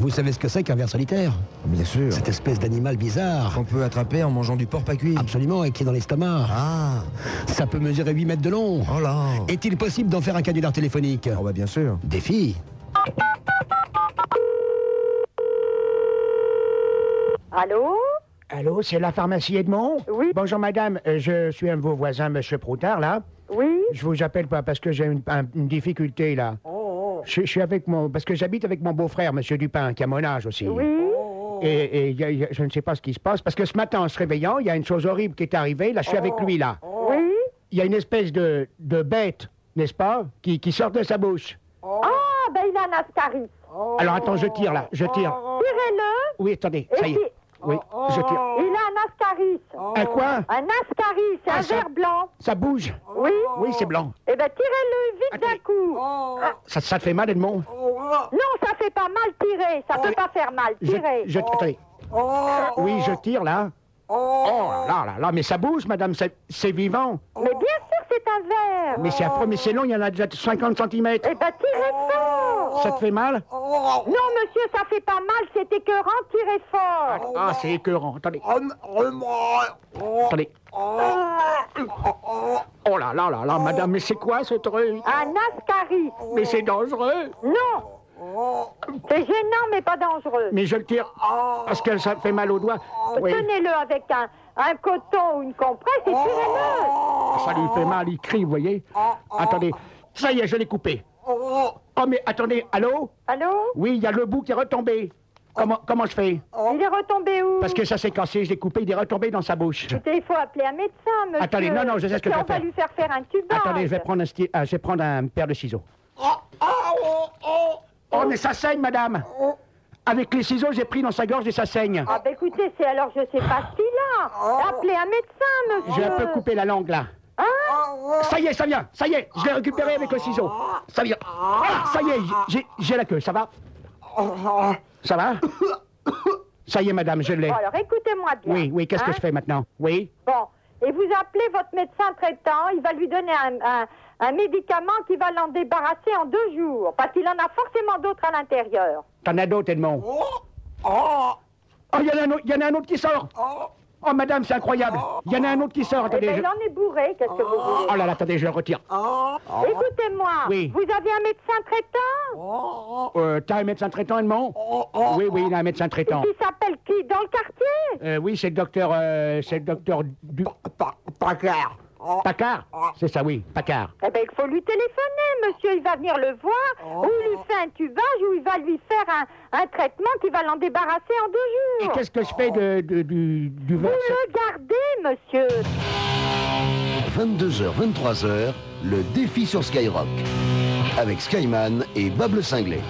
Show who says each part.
Speaker 1: Vous savez ce que c'est qu'un ver solitaire
Speaker 2: Bien sûr.
Speaker 1: Cette espèce d'animal bizarre.
Speaker 2: Qu'on peut attraper en mangeant du porc pas cuit.
Speaker 1: Absolument, et qui est dans l'estomac.
Speaker 2: Ah,
Speaker 1: Ça peut mesurer 8 mètres de long.
Speaker 2: oh là.
Speaker 1: Est-il possible d'en faire un canular téléphonique
Speaker 2: Ah bah bien sûr.
Speaker 1: Défi
Speaker 3: Allô
Speaker 4: Allô, c'est la pharmacie Edmond
Speaker 3: Oui.
Speaker 4: Bonjour madame, Euh, je suis un de vos voisins, monsieur Proutard, là.
Speaker 3: Oui
Speaker 4: Je vous appelle pas parce que j'ai une, un- une difficulté, là.
Speaker 3: Oh,
Speaker 4: Je, je suis avec mon... Parce que j'habite avec mon beau-frère, monsieur Dupin, qui a mon âge aussi.
Speaker 3: Oui
Speaker 4: Et, et il y a- il y a- je ne sais pas ce qui se passe, parce que ce matin, en se réveillant, il y a une chose horrible qui est arrivée. Là, je suis
Speaker 3: Oh.
Speaker 4: avec lui, là.
Speaker 3: Oui
Speaker 4: Il y a une espèce de, de bête, n'est-ce pas, qui, qui sort de sa bouche.
Speaker 3: Ah, ben il a un Ascaris.
Speaker 4: Alors, attends, je tire, là. Je tire.
Speaker 3: Tirez-le
Speaker 4: Oui, attendez,
Speaker 3: Oh. et Oh.
Speaker 4: ça y
Speaker 3: puis-
Speaker 4: est. Oui, je tire.
Speaker 3: Il a un Ascaris.
Speaker 4: Un quoi
Speaker 3: Un Ascaris, c'est
Speaker 4: Oh. Ah,
Speaker 3: un
Speaker 4: ça- Oh.
Speaker 3: verre blanc.
Speaker 4: Ça bouge
Speaker 3: Oui
Speaker 4: Oui, c'est blanc.
Speaker 3: Eh ben tirez-le vite d'un
Speaker 4: Attendez.
Speaker 3: coup.
Speaker 4: Ça, ça te fait mal, Edmond
Speaker 3: Non, ça fait pas mal tirer. Ça peut pas faire mal.
Speaker 4: Je,
Speaker 3: Tirez.
Speaker 4: je- attendez. Oui, je tire là. Oh là là là, mais ça bouge, madame, c'est- c'est vivant.
Speaker 3: Mais bien sûr, c'est un verre.
Speaker 4: Mais c'est affreux, mais c'est long, il y en a déjà 50 cm.
Speaker 3: Eh ben tirez fort.
Speaker 4: Ça te fait mal
Speaker 3: Non, monsieur, ça fait pas mal. C'est écœurant. Tirez fort.
Speaker 4: Ah, c'est écœurant. Attendez, attendez. Oh Ah. là là là là, madame, mais c'est quoi ce truc
Speaker 3: Un Ascaris.
Speaker 4: Mais c'est dangereux.
Speaker 3: Non. C'est gênant, mais pas dangereux.
Speaker 4: Mais je le tire parce que ça fait mal aux doigts. Oui,
Speaker 3: Tenez-le avec un, un coton ou une compresse et tirez-le.
Speaker 4: ça lui fait mal, il crie, vous voyez. Attendez, ça y est, je l'ai coupé. Oh mais attendez, allô
Speaker 3: Allô
Speaker 4: Oui, il y a le bout qui est retombé. Comment, comment je fais
Speaker 3: Il est retombé où
Speaker 4: Oh. Parce que ça s'est cassé, je l'ai coupé, il est retombé dans sa bouche.
Speaker 3: Écoutez, il faut appeler un médecin, monsieur.
Speaker 4: Attendez, non, non, je sais ce que
Speaker 3: Puis
Speaker 4: je vais
Speaker 3: on va
Speaker 4: faire.
Speaker 3: lui faire faire un tubage.
Speaker 4: Attendez, je vais prendre un, sti- euh, je vais prendre un paire de ciseaux. Oh, mais ça saigne, madame Avec les ciseaux, j'ai pris dans sa gorge et ça saigne.
Speaker 3: Oh. Ah, bah écoutez, c'est alors, je sais pas ce qu'il a. Appelez un médecin, monsieur.
Speaker 4: J'ai Oh. un peu coupé la langue, là.
Speaker 3: Ah.
Speaker 4: Ça y est, ça vient, ça y est, je l'ai récupéré avec le ciseau. Ça vient. Ah, ça y est, j'ai- j'ai la queue, ça va Ça va Ça y est, madame, je l'ai.
Speaker 3: Bon, alors, écoutez-moi bien.
Speaker 4: Oui, oui, qu'est-ce que
Speaker 3: hein.
Speaker 4: je fais maintenant Oui
Speaker 3: Bon, et vous appelez votre médecin traitant, il va lui donner un, un- un médicament qui va l'en débarrasser en deux jours, parce qu'il en a forcément d'autres à l'intérieur.
Speaker 4: T'en as d'autres, Edmond Oh, il y, en a un autre- il y en a un autre qui sort Oh, madame, c'est incroyable Il y en a un autre qui sort,
Speaker 3: Eh
Speaker 4: attendez.
Speaker 3: ben,
Speaker 4: je-
Speaker 3: il en est bourré, qu'est-ce que vous voulez
Speaker 4: Oh là là, attendez, je le retire.
Speaker 3: Écoutez-moi,
Speaker 4: Oh. Oui.
Speaker 3: vous avez un médecin traitant
Speaker 4: Euh, T'as un médecin traitant, Edmond Oui, oui, il a un médecin traitant.
Speaker 3: qui s'appelle qui Dans le quartier
Speaker 4: Euh, oui, c'est le docteur. euh, c'est le docteur du. Pacard C'est ça, oui, Pacard.
Speaker 3: Eh bien, il faut lui téléphoner, monsieur. Il va venir le voir,
Speaker 4: Oh.
Speaker 3: ou il lui fait un tubage, ou il va lui faire un, un traitement qui va l'en débarrasser en deux
Speaker 4: Et
Speaker 3: jours.
Speaker 4: qu'est-ce que je fais de, de- du, du
Speaker 3: Vous
Speaker 4: verre
Speaker 3: le gardez, monsieur.
Speaker 5: 22h, 23h, le défi sur Skyrock. Avec Skyman et Bable Cinglé.